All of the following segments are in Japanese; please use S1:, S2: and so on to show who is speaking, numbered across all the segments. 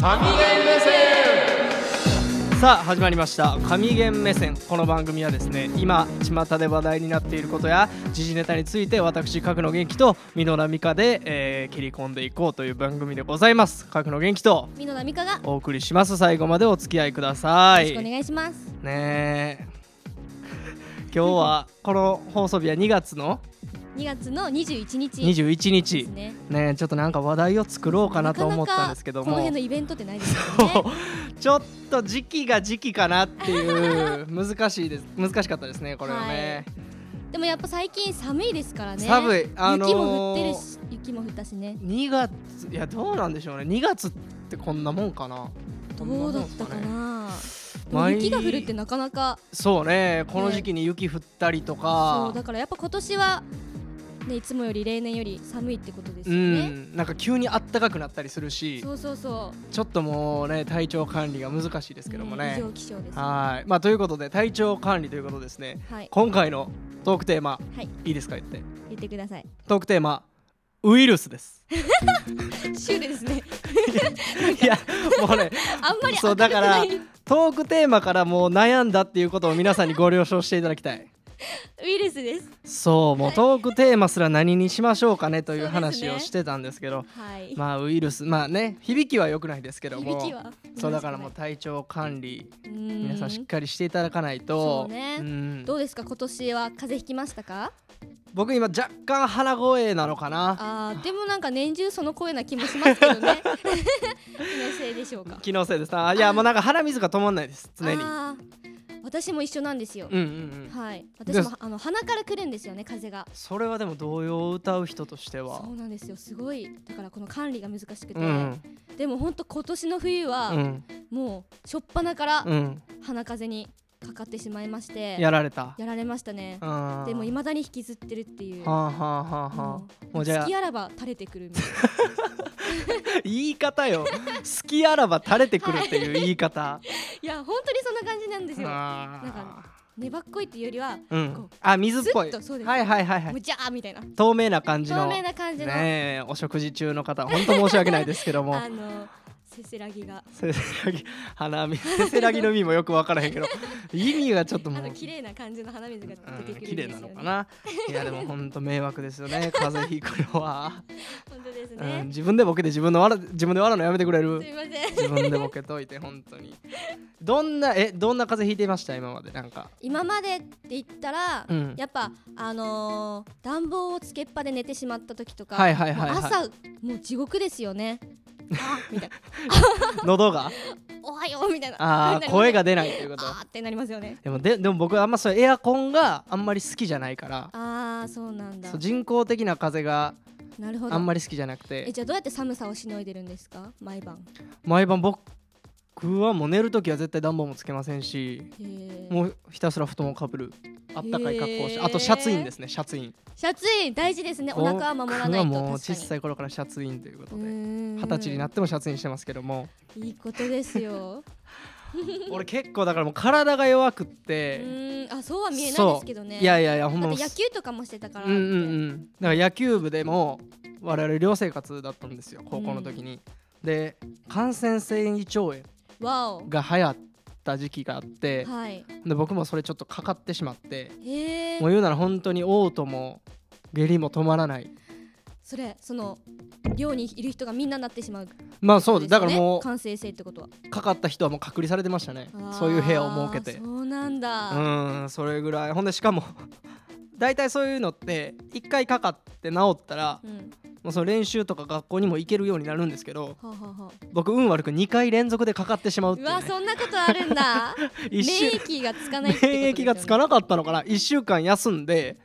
S1: 神ゲン目線さあ始まりました神ゲン目線この番組はですね今巷で話題になっていることや時事ネタについて私角野元気と美濃美香で、えー切り込んでいこうという番組でございます角野元気と
S2: 美濃田美香がよ
S1: お送りします最後までお付き合いくださ
S2: ろ
S1: い
S2: しくお願いします。
S1: ねえ今日はこの放送日は2月の
S2: 2月の21日で
S1: 21日
S2: すね。
S1: ねえちょっとなんか話題を作ろうかなと思ったんですけど
S2: な
S1: も
S2: かなかこの辺のイベントってないですよ ね。
S1: ちょっと時期が時期かなっていう難しいです 難しかったですねこれはね、
S2: でもやっぱ最近寒いですからね。
S1: 寒いあのー
S2: 雪も降ってるし、雪も降ったしね。
S1: 2月いやどうなんでしょうね2月ってこんなもんかなこんな
S2: ど
S1: もん
S2: う
S1: す
S2: だ
S1: ね
S2: ったかな。でも
S1: 毎
S2: 雪が降るってなかなか
S1: そうねこの時期に雪降ったりと
S2: そ
S1: か
S2: うだからやっぱ今年はねいつもより例年より寒いってことです
S1: う
S2: よね。
S1: んなんか急にあったかくなったりするし
S2: そうそうそう。
S1: ちょっともうね体調管理が難しいですけども
S2: 異
S1: ね
S2: 常気象です。は
S1: はいまあということで体調管理ということですね
S2: い
S1: 今回のトークテーマ
S2: はい
S1: いいですか言って
S2: 言ってください。
S1: トークテーマウイルスです
S2: シュールですね。
S1: いやもうね
S2: あんまり
S1: そうだからトークテーマからもう悩んだっていうことを皆さんにご了承していただきたい
S2: ウイルスです。
S1: そうもうトークテーマすら何にしましょうかねという
S2: そうですね
S1: 話をしてたんですけど
S2: はい。
S1: まあウイルスまあね響きは良くないですけども
S2: 響きは
S1: そうだからもう体調管理皆
S2: 皆
S1: さんしっかりしていただかないと
S2: そうね
S1: ん
S2: どうですか今年は風邪ひきましたか
S1: 僕今若干鼻声なのかな
S2: あーでもなんか年中その声な気もしますけ どね 気のせいでしょうか
S1: 気のせいですあいやもうなんか鼻水が止まんないです常に
S2: あー私も一緒なんですよ、
S1: うんうんうん
S2: はい
S1: で
S2: 私もあの鼻から来るんですよね風が
S1: それはでも童謡を歌う人としては
S2: そうなんですよすごいだからこの管理が難しくて、
S1: うん
S2: でも本当今年の冬
S1: う
S2: は
S1: ん
S2: もう初っ端から
S1: うん
S2: 鼻風にかかってしまいまして
S1: やられた
S2: やられましたね
S1: あー
S2: でも未だに引きずってるっていう
S1: はあはあはあはあもうじゃあ
S2: 好きあらば垂れてくる みたいな
S1: 言い方よ好きあらば垂れてくるっていう言い方
S2: いや本当にそんな感じなんですよなん
S1: あ
S2: か粘っこいっていうよりは、
S1: ーう
S2: こ
S1: ん
S2: う
S1: あ水っぽい
S2: ずっとそうです
S1: はいはいはいは
S2: む
S1: い
S2: じゃーみたいな
S1: 透明な感じの
S2: 透明な感じの、
S1: ねえお食事中の方本当申し訳ないですけども
S2: あのせせらぎが
S1: せせらぎ花見せせらぎの実もよく分からへんけど 意味がちょっと
S2: あ
S1: もう
S2: の綺麗な感じの鼻水が
S1: う
S2: 出
S1: ん
S2: てくる
S1: 綺
S2: んで
S1: 麗
S2: す
S1: な
S2: よね、
S1: のかないやでも本当迷惑ですよね風邪ひくのは、
S2: 本当です
S1: うん、
S2: ね、
S1: 自分でボケて自分の笑自分で笑うのやめてくれる
S2: すいません
S1: 自分でボケといて本当にどんなえどんな風邪ひいていました今までなんか
S2: 今までって言ったら、
S1: うん
S2: やっぱあのー暖房をつけっぱで寝てしまった時とか、
S1: はいはいはいはい
S2: もう朝もう地獄です よねあーみたいな
S1: 喉が
S2: おはようみたいな
S1: あ
S2: み
S1: あ
S2: た いな
S1: 声が出ないということ
S2: あーってなりますよね
S1: でもででも僕はあんまそうエアコンがあんまり好きじゃないから
S2: ああそうなんだ
S1: そう人工的な風が
S2: なるほど
S1: あんまり好きじゃなく
S2: え
S1: て
S2: じゃあどうやって寒さをしのいでるんですか毎晩
S1: 毎晩僕はもう寝るときは絶対暖房もつけませんし
S2: もう
S1: もうひたすら布団をかぶるあったかい格好をして
S2: へー
S1: あとシャツインですねシャツイン
S2: シャツイン大事ですねお腹は守らないと
S1: 僕はもう
S2: 確か
S1: 小
S2: に
S1: さい頃からシャツインということ
S2: うー
S1: で
S2: ん
S1: 二十歳になってもシャツインしてますけども
S2: いいことです よ
S1: 俺結構だからもう体が弱くっ
S2: う
S1: て
S2: ーんあそうは見えないですけどね
S1: そういやいやいやほんま
S2: だ
S1: も
S2: っ
S1: う
S2: て野球とかもしてたから
S1: うんうんうんだから野球部でも我々寮生活だったんですよ高校の時に、で感染性胃腸炎
S2: わお
S1: が流行った時期があって
S2: はい
S1: で僕もそれちょっとかかってしまって
S2: へえ
S1: もう言うなら本当に嘔吐も下痢も止まらない
S2: それその寮にいる人がみんななってしまう
S1: まあそう
S2: ですね
S1: だからも
S2: 感染性ってことは
S1: うかかった人はもう隔離されてましたねそういう部屋を設け
S2: あ
S1: て
S2: ーそうなんだ、
S1: うんそれぐらいほんでしかも 大体そういうのって一回かかって治ったら
S2: うん
S1: もうその練習とか学校にも行けるようになるんですけど
S2: はあはあはあ
S1: 僕運悪く2回連続でかかってしまうって
S2: う
S1: いう,、ね、
S2: わそんなことあるんだ免
S1: 一週
S2: 疫がつかないってことですよ
S1: 免
S2: ね
S1: 疫がつかなかったのかな1週間休んで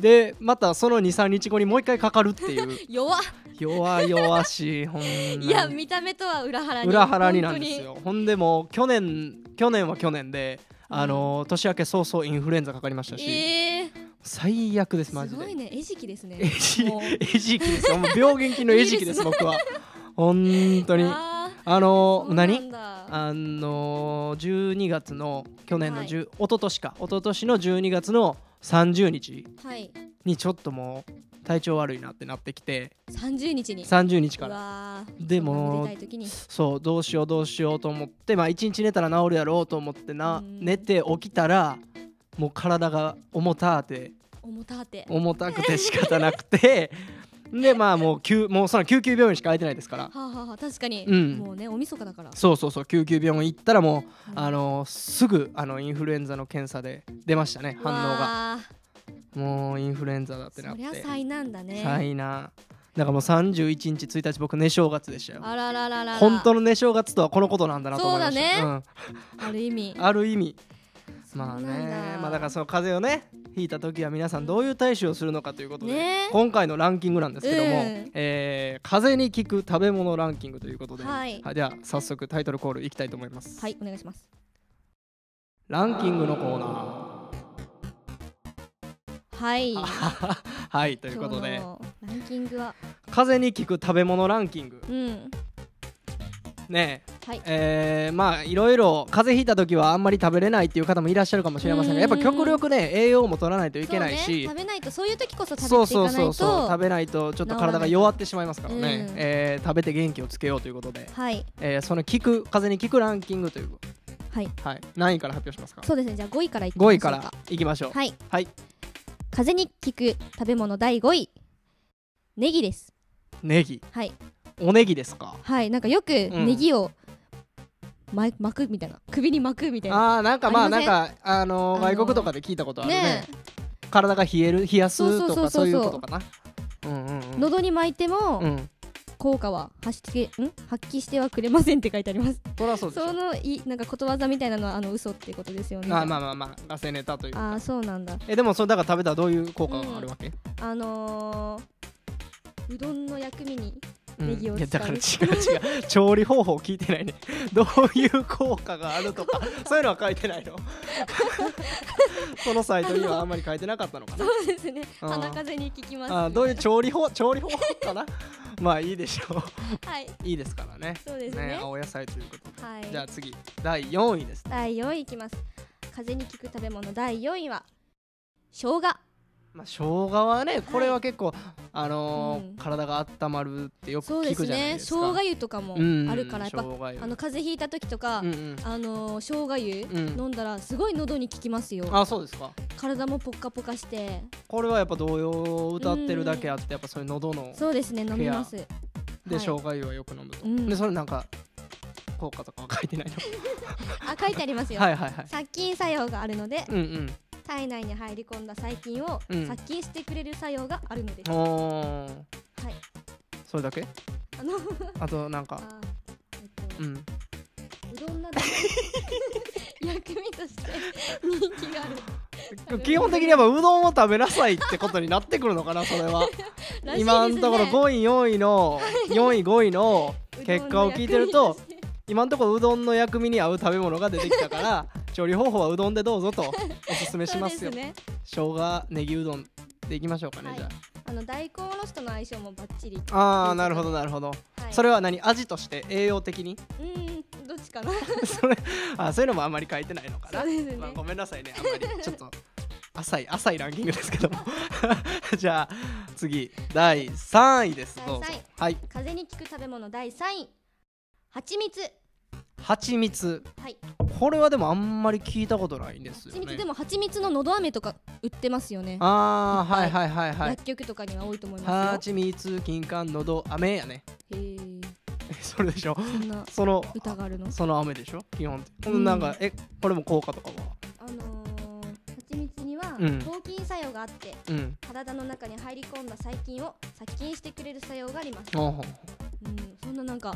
S1: でまたその23日後にもう一回かかるっていう
S2: 弱っ
S1: 弱々しいほんまに
S2: いや見た目とは裏腹に
S1: 裏腹になんですよほんでもう去年去年は去年で、あのー年明け早々インフルエンザかかりました
S2: 本当
S1: し、
S2: にええ
S1: 最悪ですマ
S2: ー、す
S1: ジ
S2: ご
S1: で
S2: いね餌食 ですね
S1: えじ
S2: もう
S1: えじきですよもう病原菌のえじ きです
S2: ウイル
S1: 僕は本当に
S2: あー
S1: あの
S2: そ
S1: ー
S2: うなん
S1: 何
S2: だ
S1: あのー12月の去年の
S2: はい
S1: 10、一昨年か一昨年の12月の30日
S2: はい
S1: にちょっともう体調悪いなってなってきて
S2: 30日に
S1: 30日から
S2: わー
S1: で
S2: そんな
S1: も
S2: めでたい時に
S1: そうどうしようどうしようと思ってまあ1日寝たら治るやろうと思ってな
S2: うん
S1: 寝て起きたらもう体が重たーて
S2: 重たって
S1: 重たくて仕方なく てでまあもう救もうその救急病院しか空いてないですから
S2: はあ、はあはあ、確かに、
S1: うん
S2: もうねおみそかだから
S1: そうそうそう救急病院行ったらもう
S2: うん
S1: あのすぐあのインフルエンザの検査で出ましたね反応が
S2: わあ
S1: もうインフルエンザだってなっ
S2: そ
S1: て
S2: りゃ災難だね
S1: 災難だからもう31日1日僕寝正月でしたよ
S2: あららららら
S1: 本当の寝正月とはこのことなんだなと思いました
S2: そうだ
S1: ね、
S2: ある意味
S1: うん、ある意味
S2: そう
S1: ま
S2: な
S1: あ
S2: ん
S1: ね
S2: だ
S1: まあだからその風邪をねひいた時は皆さんどういう対処をするのかということで、
S2: ね
S1: 今回のランキングなんですけども、
S2: うん
S1: えー風邪に効く食べ物ランキングということで、
S2: はい
S1: では早速タイトルコールいきたいと思います、
S2: はいお願いします
S1: ランキングのコーナ
S2: はい
S1: ーはいということで
S2: 今日のランキングは
S1: 風邪に効く食べ物ランキング
S2: うん
S1: ねえ
S2: はい
S1: えーまあいろいろ風邪ひいた時はあんまり食べれないっていう方もいらっしゃるかもしれませんが
S2: うん
S1: やっぱ極力ね栄養も取らないといけない
S2: そうね、
S1: し
S2: 食べないとそういう時こそ食べていか
S1: そ
S2: な
S1: うそう
S2: いと
S1: そうそう食べないとちょっと体が弱ってしまいますから
S2: 治らない
S1: ね
S2: う、ん
S1: えー食べて元気をつけようということで、
S2: はい
S1: えーその効く風邪に効くランキングという、
S2: はい
S1: はい、何位から発表しますか
S2: そうですねじゃあ5位からいきまし
S1: 5
S2: ょう
S1: 位からいきましょう
S2: はい
S1: はい
S2: 風邪に効く食べ物第5位ネギです
S1: ネギ
S2: はい
S1: おネギですか
S2: はいなんかよく
S1: ん
S2: ネギを、ま巻くみたいな首に巻くみたいな
S1: あーなんかまあ
S2: あり
S1: な
S2: ま
S1: ん
S2: せん
S1: かあのー
S2: あの
S1: 外
S2: ー
S1: 国とかで聞いたことあるね
S2: ね
S1: 体が冷える冷やすとか
S2: そ
S1: そう
S2: そうそうそうそう
S1: ういうことかなうんうんうん
S2: 喉に巻いても、
S1: うん
S2: 効果は発揮ん発揮してはくれませんって書いてあります
S1: そりゃそうでしょ
S2: そのいなんかことわざみたいなのはあの嘘ってことですよね
S1: まあまあまあまあガセネタという
S2: あーそうなんだ
S1: えでもそれだから食べたらどういう効果があるわけ、
S2: あのー、うどんの薬味に
S1: うん
S2: ネギを
S1: いやだから違う
S2: 使
S1: 違う調理方法聞いてないね どういう効果がある とかそういうのは書いてないの このサイトにはあんまり書いてなかったのかな
S2: そうですね
S1: あー
S2: 鼻風に効きます
S1: あどういう調理法調理方法かな まあいいでしょ
S2: はい、
S1: ういいですからね
S2: そうですね
S1: 青野菜ということで、
S2: はい、
S1: じゃあ次第4位です、
S2: 第4位いきます風邪に効く食べ物第4位は生姜
S1: まあ、生姜はねこれは結構、あのー
S2: うん
S1: 体が温まるってよく
S2: そうで
S1: 聞
S2: す
S1: くじゃない
S2: ね
S1: ですか
S2: 生姜湯とかも
S1: うん
S2: あるからやっぱ
S1: 生姜より
S2: あの風邪ひいた時とか、
S1: うんうん
S2: あのー生姜湯、
S1: うん
S2: 飲んだらすごい喉に効きますよ
S1: あそうですか
S2: 体もポッカポカして
S1: これはやっぱ童謡を歌ってるだけあってやっぱそういう喉の
S2: そうですね飲みます
S1: で
S2: はい
S1: 生姜湯はよく飲むと、
S2: うん
S1: でそれなんか効果とかは書いてないの
S2: あ書いてありますよ、
S1: はいはいはい
S2: 殺菌作用があるので
S1: うんうん
S2: 体内に入り込んだ細菌を
S1: うん
S2: 殺菌してくれる作用があるのです、
S1: おー
S2: はい
S1: それだけ
S2: あの
S1: あとなんか
S2: あーえっと
S1: うん
S2: うどんなど薬味として人気がある
S1: 基本的にやっぱうどんを食べなさいってことになってくるのかなそれは
S2: らしいですね
S1: 今のところ5位4位の4位5位の結果を聞いてると今のところうどんの薬味に合う食べ物が出てきたから 調理方法はうどんでどうぞとおすすめし
S2: そう
S1: ま
S2: ですす
S1: よ
S2: ね
S1: 生姜ネギうどんでいきましょうかね、
S2: はい
S1: じゃ
S2: あの大根おろしとの相性もバッチリ、
S1: ああーなるほどなるほど、
S2: はい、
S1: それは何味として栄養的に
S2: うーんどっちかな
S1: それあそういうのもあんまり書いてないのかな、
S2: そうですね
S1: まあ、ごめんなさいねあんまりちょっと浅い浅いランキングですけども じゃあ次第3位ですどうぞ
S2: 第三位
S1: はい
S2: 風邪に効く食べ物第3位蜂蜜
S1: 蜂蜜
S2: はい
S1: これはでもあんまり聞いたことないんですよ
S2: 蜂
S1: ね
S2: 蜜でも蜂蜜ののど飴とか売ってますよね
S1: ああはい
S2: っ
S1: はいはいはい
S2: 薬局とかには多いと思いますよ
S1: 蜂蜜金柑のど飴やね
S2: へー
S1: それでしょ
S2: そんな
S1: その
S2: 歌がある の
S1: その飴でしょ基本的
S2: うん
S1: なんかえこれも効果とかは
S2: あのー、蜂蜜には
S1: うん
S2: 抗菌作用があって、
S1: うん
S2: 体の中に入り込んだ細菌を殺菌してくれる作用があります、
S1: おうほう
S2: うん、そんななんか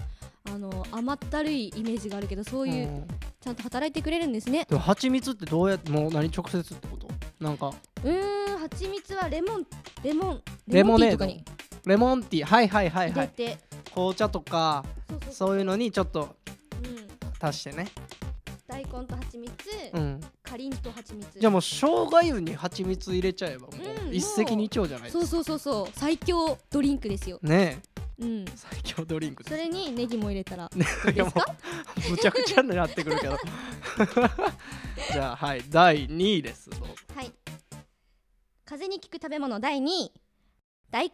S2: あの甘ったるいイメージがあるけどそういう、
S1: うん
S2: ちゃんと働いてくれるんですね
S1: でも蜂蜜ってどうやってもう何直接ってことなんか
S2: うーん蜂蜜はレモンレモン
S1: レモ
S2: ンティ
S1: ネード
S2: とかに
S1: レモンティーはいはいはい
S2: 入
S1: は
S2: れ
S1: い
S2: て、
S1: 紅茶とか
S2: そうそう
S1: そういうのにちょっと
S2: うん、
S1: 足してね
S2: 大根と蜂蜜、
S1: うん
S2: かりんと蜂蜜
S1: じゃあもう生姜湯に蜂蜜入れちゃえばも
S2: うん
S1: う一石二鳥じゃないです
S2: そう
S1: か
S2: そうそうそう最強ドリンクですよ、
S1: ねえ
S2: うん、
S1: 最強ドリンク
S2: そ
S1: です
S2: れにネギも入れたら
S1: いやもうむちゃくちゃになってく るけどじゃあはい第2位ですどうぞ
S2: はい風邪に効く食べ物第2位大根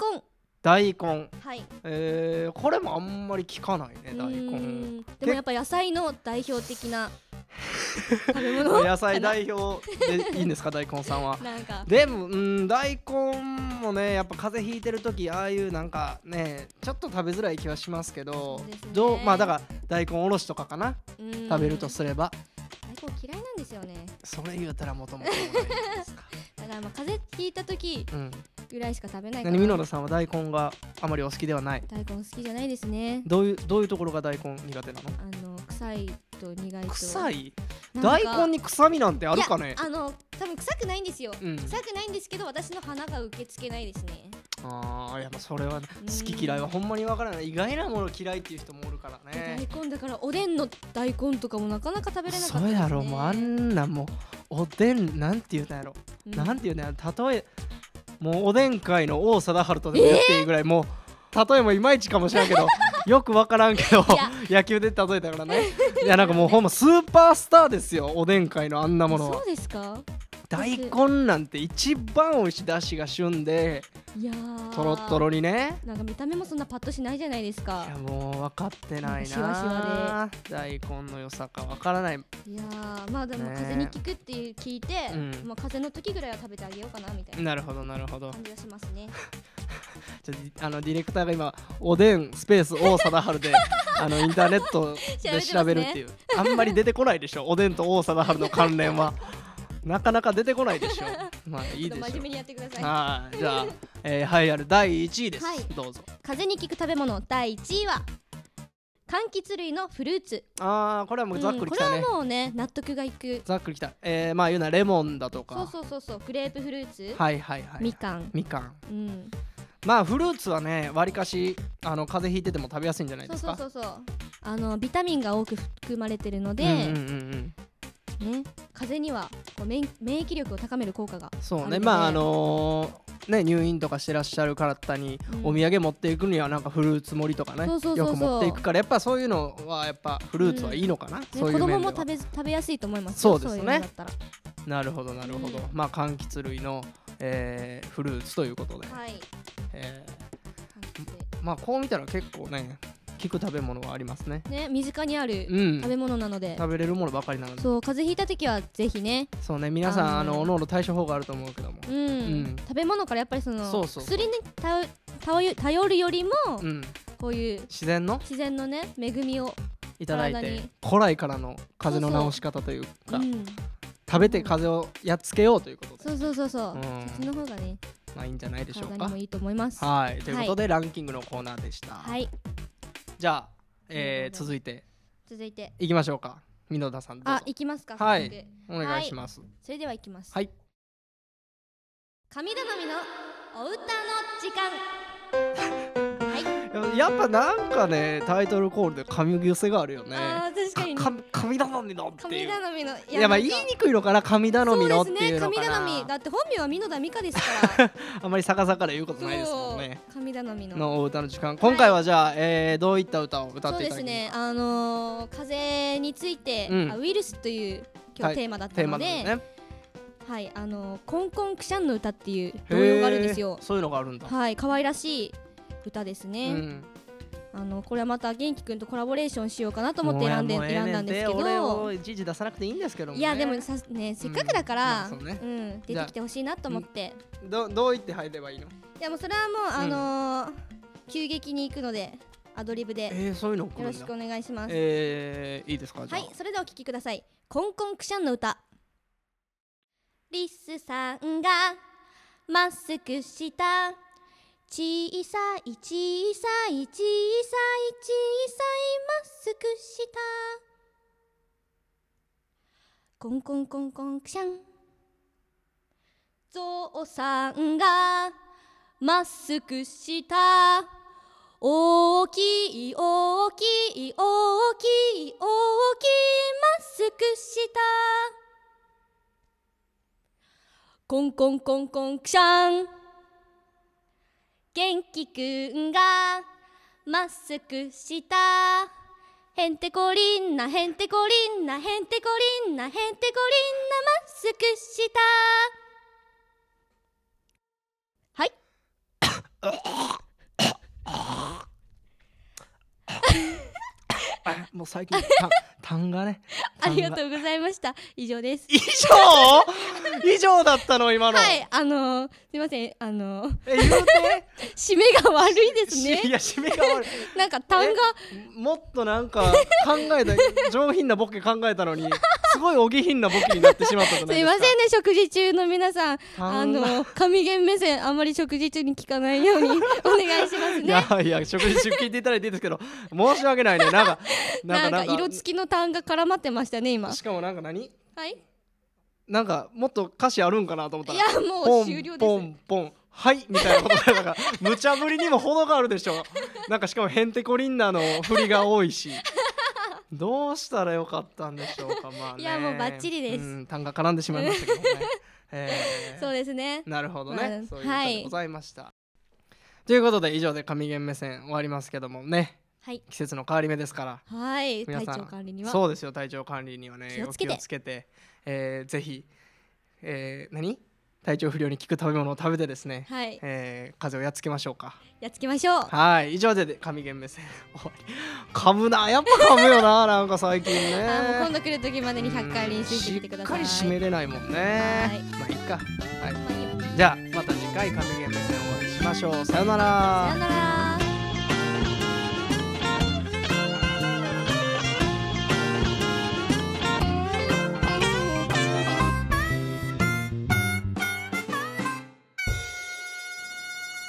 S1: 大根、
S2: はい
S1: えー、これもあんまり聞かないね
S2: う
S1: 大
S2: ー
S1: 根
S2: んでもやっぱ野菜の代表的 な食べ物
S1: 野菜代表でいいんですか大根さんは
S2: なんか
S1: でもうん大根もねやっぱ風邪ひいてる時ああいうなんかねちょっと食べづらい気はしますけど
S2: そうですね
S1: どうまあだから大根おろしとかかな
S2: 食
S1: 食べるとすれば
S2: 大根嫌いなんですよね
S1: それ言うたらもともともないじゃないですか
S2: だからまあ風邪ひいた時
S1: うん
S2: ぐらいしか食べないから
S1: 何ミノラさんは大根があまりお好きではない
S2: 大根好きじゃないですね
S1: どういうどういうところが大根苦手なの
S2: あの臭いと苦いと
S1: 臭い
S2: なん
S1: 大
S2: か
S1: 根に臭みなんてあるか
S2: い
S1: ね
S2: やあの多分臭くないんですよ、
S1: うん
S2: 臭くないんですけど私の鼻が受け付けないですね
S1: あーいやまあそれはね
S2: うん
S1: 好き嫌いはほんまにわからない意外なもの嫌いっていう人もおるからね
S2: 大根だからおでんの大根とかもなかなか食べれなかったです、ね、
S1: そうやろもうあんなもうおでんなんて言うたんやろ、
S2: う
S1: なんて言うたんやろ例えもうおでん界の王貞治とでも言っていいぐらい、もう例えもいまいちかもしれん けどよく分からんけど野球で例えたからねいやなんかもうほんまスーパースターですよおでん界のあんなものは
S2: そうですか
S1: 大根なんて一番美味しいだしが旬で
S2: いやー
S1: とろっとろにね
S2: なんか見た目もそんなパッとしないじゃないですか
S1: いやもう分かってない
S2: なんかしわ
S1: な大根の良さか分からない
S2: いやーまあでも
S1: ねえ
S2: 風邪に効くっていう聞いて、
S1: うん
S2: まあ風邪の時ぐらいは食べてあげようかなみたい
S1: な
S2: な
S1: るほどなるほど
S2: 感じがしますね。
S1: ちょあのディレクターが今おでんスペース王貞治で あのインターネットで調べるっていうあんまり出てこないでしょおでんと王貞治の関連 はなかなか出てこないでしょまあいい
S2: ちょ
S1: で
S2: っと
S1: し
S2: 真
S1: ょ
S2: 面目にやってください。
S1: はいじゃあ、えー、栄えある第1位です、
S2: はい
S1: どうぞ
S2: 風邪に効く食べ物第1位は柑橘類のフルーツ。
S1: ああこれはもうざっくりきた
S2: うん
S1: ね、
S2: これはもうね納得がいく。
S1: ざっくりきたえー、まあ言うならレモンだとか
S2: そうそうそうそうグレープフルーツ、
S1: はいはいはい
S2: みか ん。
S1: みかん
S2: うん、
S1: まあフルーツはねわりかしあの風邪ひいてても食べやすいんじゃない
S2: そ
S1: で
S2: う
S1: す
S2: そう
S1: か
S2: そうそうあのビタミンが多く含まれてるので、
S1: うんうんうんうん
S2: ね、風邪にはこう免免疫力を高める効果が、
S1: そう
S2: あるので
S1: ねまああのーね入院とかしてらっしゃる方に
S2: うん
S1: お土産持っていくにはなんかフルーツ盛りとかね
S2: そうそうそうそ
S1: よ
S2: う
S1: く持っていくからやっぱそういうのはやっぱフルーツはいいのかな、
S2: ね、
S1: そういう面
S2: 子
S1: で
S2: 供
S1: は
S2: も食べ食べやすいと思いますよ
S1: そうですね
S2: いうのだったら
S1: なるほどなるほど、
S2: うん
S1: まあ柑橘類の、えーフルーツということで、
S2: はい
S1: えーまあこう見たら結構ね効く食べ物はありますね
S2: ね身近にあ
S1: う
S2: る
S1: ん
S2: 食べ物なので、
S1: 食べれるものばかりなので
S2: そう風邪ひいた時はぜひね、
S1: そうね皆さん
S2: あ
S1: あ
S2: のー
S1: のおのおの対処法があると思うけども
S2: うん
S1: ん
S2: 食べ物からやっぱりその
S1: そうそうそう
S2: 薬に頼頼頼るよりも、
S1: うん
S2: こういう
S1: 自然の
S2: 自然のね恵みを、
S1: いただい
S2: 体
S1: て
S2: に
S1: 古来からの風邪の治し方というか
S2: うん、
S1: 食べて風邪をやっつけようということで、
S2: そうそうそうそう、
S1: うん
S2: そっちの方がね
S1: まあいいんじゃないでしょ
S2: 体
S1: う
S2: に
S1: か
S2: も。いいと思いますは
S1: はいということで、ランキングのコーナーでした。
S2: い
S1: じゃあ、えー
S2: なるほど
S1: 続いて
S2: 続いて
S1: いきましょうか。箕田さんどう
S2: あ
S1: ぞ
S2: 行きますか
S1: はい
S2: 早速
S1: お願いします。
S2: それでは行きます
S1: はい
S2: 神頼みのお歌の時間
S1: やっぱなんかねタイトルコールで神癖があるよね。
S2: あー確かにね
S1: か神頼みのってい
S2: 神
S1: う。
S2: 頼みのい
S1: いやまあ言い
S2: なんか
S1: にくいのかな神頼みの
S2: そ
S1: っ
S2: う
S1: て
S2: です
S1: い
S2: ね
S1: うの
S2: 神
S1: かな。
S2: 頼みだって本 名は美濃田美香ですから
S1: あんまり逆さから言うことないですも
S2: そ
S1: ん
S2: う
S1: ね。
S2: 神頼みの
S1: のお歌の時間。今回はじゃあ、えーどういった歌を歌
S2: そ
S1: っ
S2: う
S1: てい
S2: で
S1: ただき
S2: す
S1: ますか。
S2: ねあのー風邪について
S1: うん
S2: あウイルスという今
S1: は
S2: 日
S1: い
S2: テーマだった
S1: テーマ
S2: の
S1: なんです
S2: で
S1: ね。
S2: はいあのーコンコンクシャンの歌っていう童謡があるんですよ
S1: へーそういうのがあるんだ。
S2: はい可愛らしい歌です
S1: う
S2: ね、
S1: ん。
S2: あのこれはまた元気くんとコラボレーションしようかなと思って選んで
S1: もうええ
S2: 選ん
S1: ね
S2: だんですけ
S1: 俺を
S2: ど
S1: いちいち出さなくていいんですけども、ね、
S2: いやでもさねせっかくだから、
S1: う
S2: うんん
S1: まあそう
S2: 出てきてほしいなと思って
S1: どどう言って入ればいいの
S2: でもそれはもう、あのー急激に行くのでアドリブでよ
S1: えー、そういうの来るんだ
S2: ろしくお願いします、
S1: えー、いいですかじゃ
S2: は
S1: あ、
S2: いそれではお聴きください「コンコンクシャンの歌」リスさんがマスクした小さい小さい小さい小さいマスクしたコンコンコンコンクシャンゾウさんがマスクした大きい大きい大きい大きいマスクしたコンコンコンコンクシャン元気くんがマスクしたへんてこりんなへんてこりんなへんてこりんなへんてこりんなマスクした
S1: あもう最近た 痰がね
S2: ありが
S1: う
S2: とうございました以上です
S1: 以上 以上だったの今の、
S2: はいあのー、すいませんあのー、
S1: え言うて
S2: 締めが悪い です
S1: しい
S2: ね
S1: や締めが悪い
S2: なんか単が
S1: もっとなんか考えた上品なボケ考えた のにすごいお下品なボケになってしまったじゃ
S2: す
S1: ない
S2: い
S1: で
S2: ますせんね
S1: か
S2: 食事中の皆さんあ
S1: 単が
S2: の神言目線あんまり食事中に聞かないように お願いします
S1: い
S2: ね
S1: やいや食事中聞いていただいていいですけど申し訳ないねなんか
S2: な
S1: なんん
S2: か
S1: か
S2: 色付きの単が絡まってましたね今
S1: しかもなんか何
S2: はい
S1: なんかもっと歌詞あるんかなと思った
S2: い
S1: ら
S2: やもう終了です
S1: ポンポンポンはいみたいなことでなんか無茶ぶりにも程があるでし ょなんかしかもヘンテコリンナの振りが多いしどうしたらよかったんでしょうかまあね
S2: いやもうバッチリです
S1: うん単価絡んでしまいましたけどね、えー
S2: そうですね
S1: なるほど
S2: ま
S1: ね、
S2: あ
S1: そういう歌でございました、ということで以上で神言目線終わりますけどもね
S2: はい
S1: 季節の変わり目ですから
S2: はい
S1: 皆
S2: 体
S1: さん
S2: 調管理には
S1: そうですよ体調管理にはね
S2: 気をつけて
S1: お気をつけて、えーぜひ、えー何体調不良に効く食べ物を食べてですね、
S2: はい
S1: えー風邪をやっつけましょうか
S2: やっつけましょう
S1: はい以上で神言目線終わり噛むなやっぱ噛むよ ななんか最近ね
S2: あーもう今度来る時までに100回練習してきてください
S1: しっかり締めれないもんね
S2: はい
S1: まあいいかはい
S2: まあいいよ
S1: じゃあまた次回神言目線お会いしましょうさようなら
S2: さよなら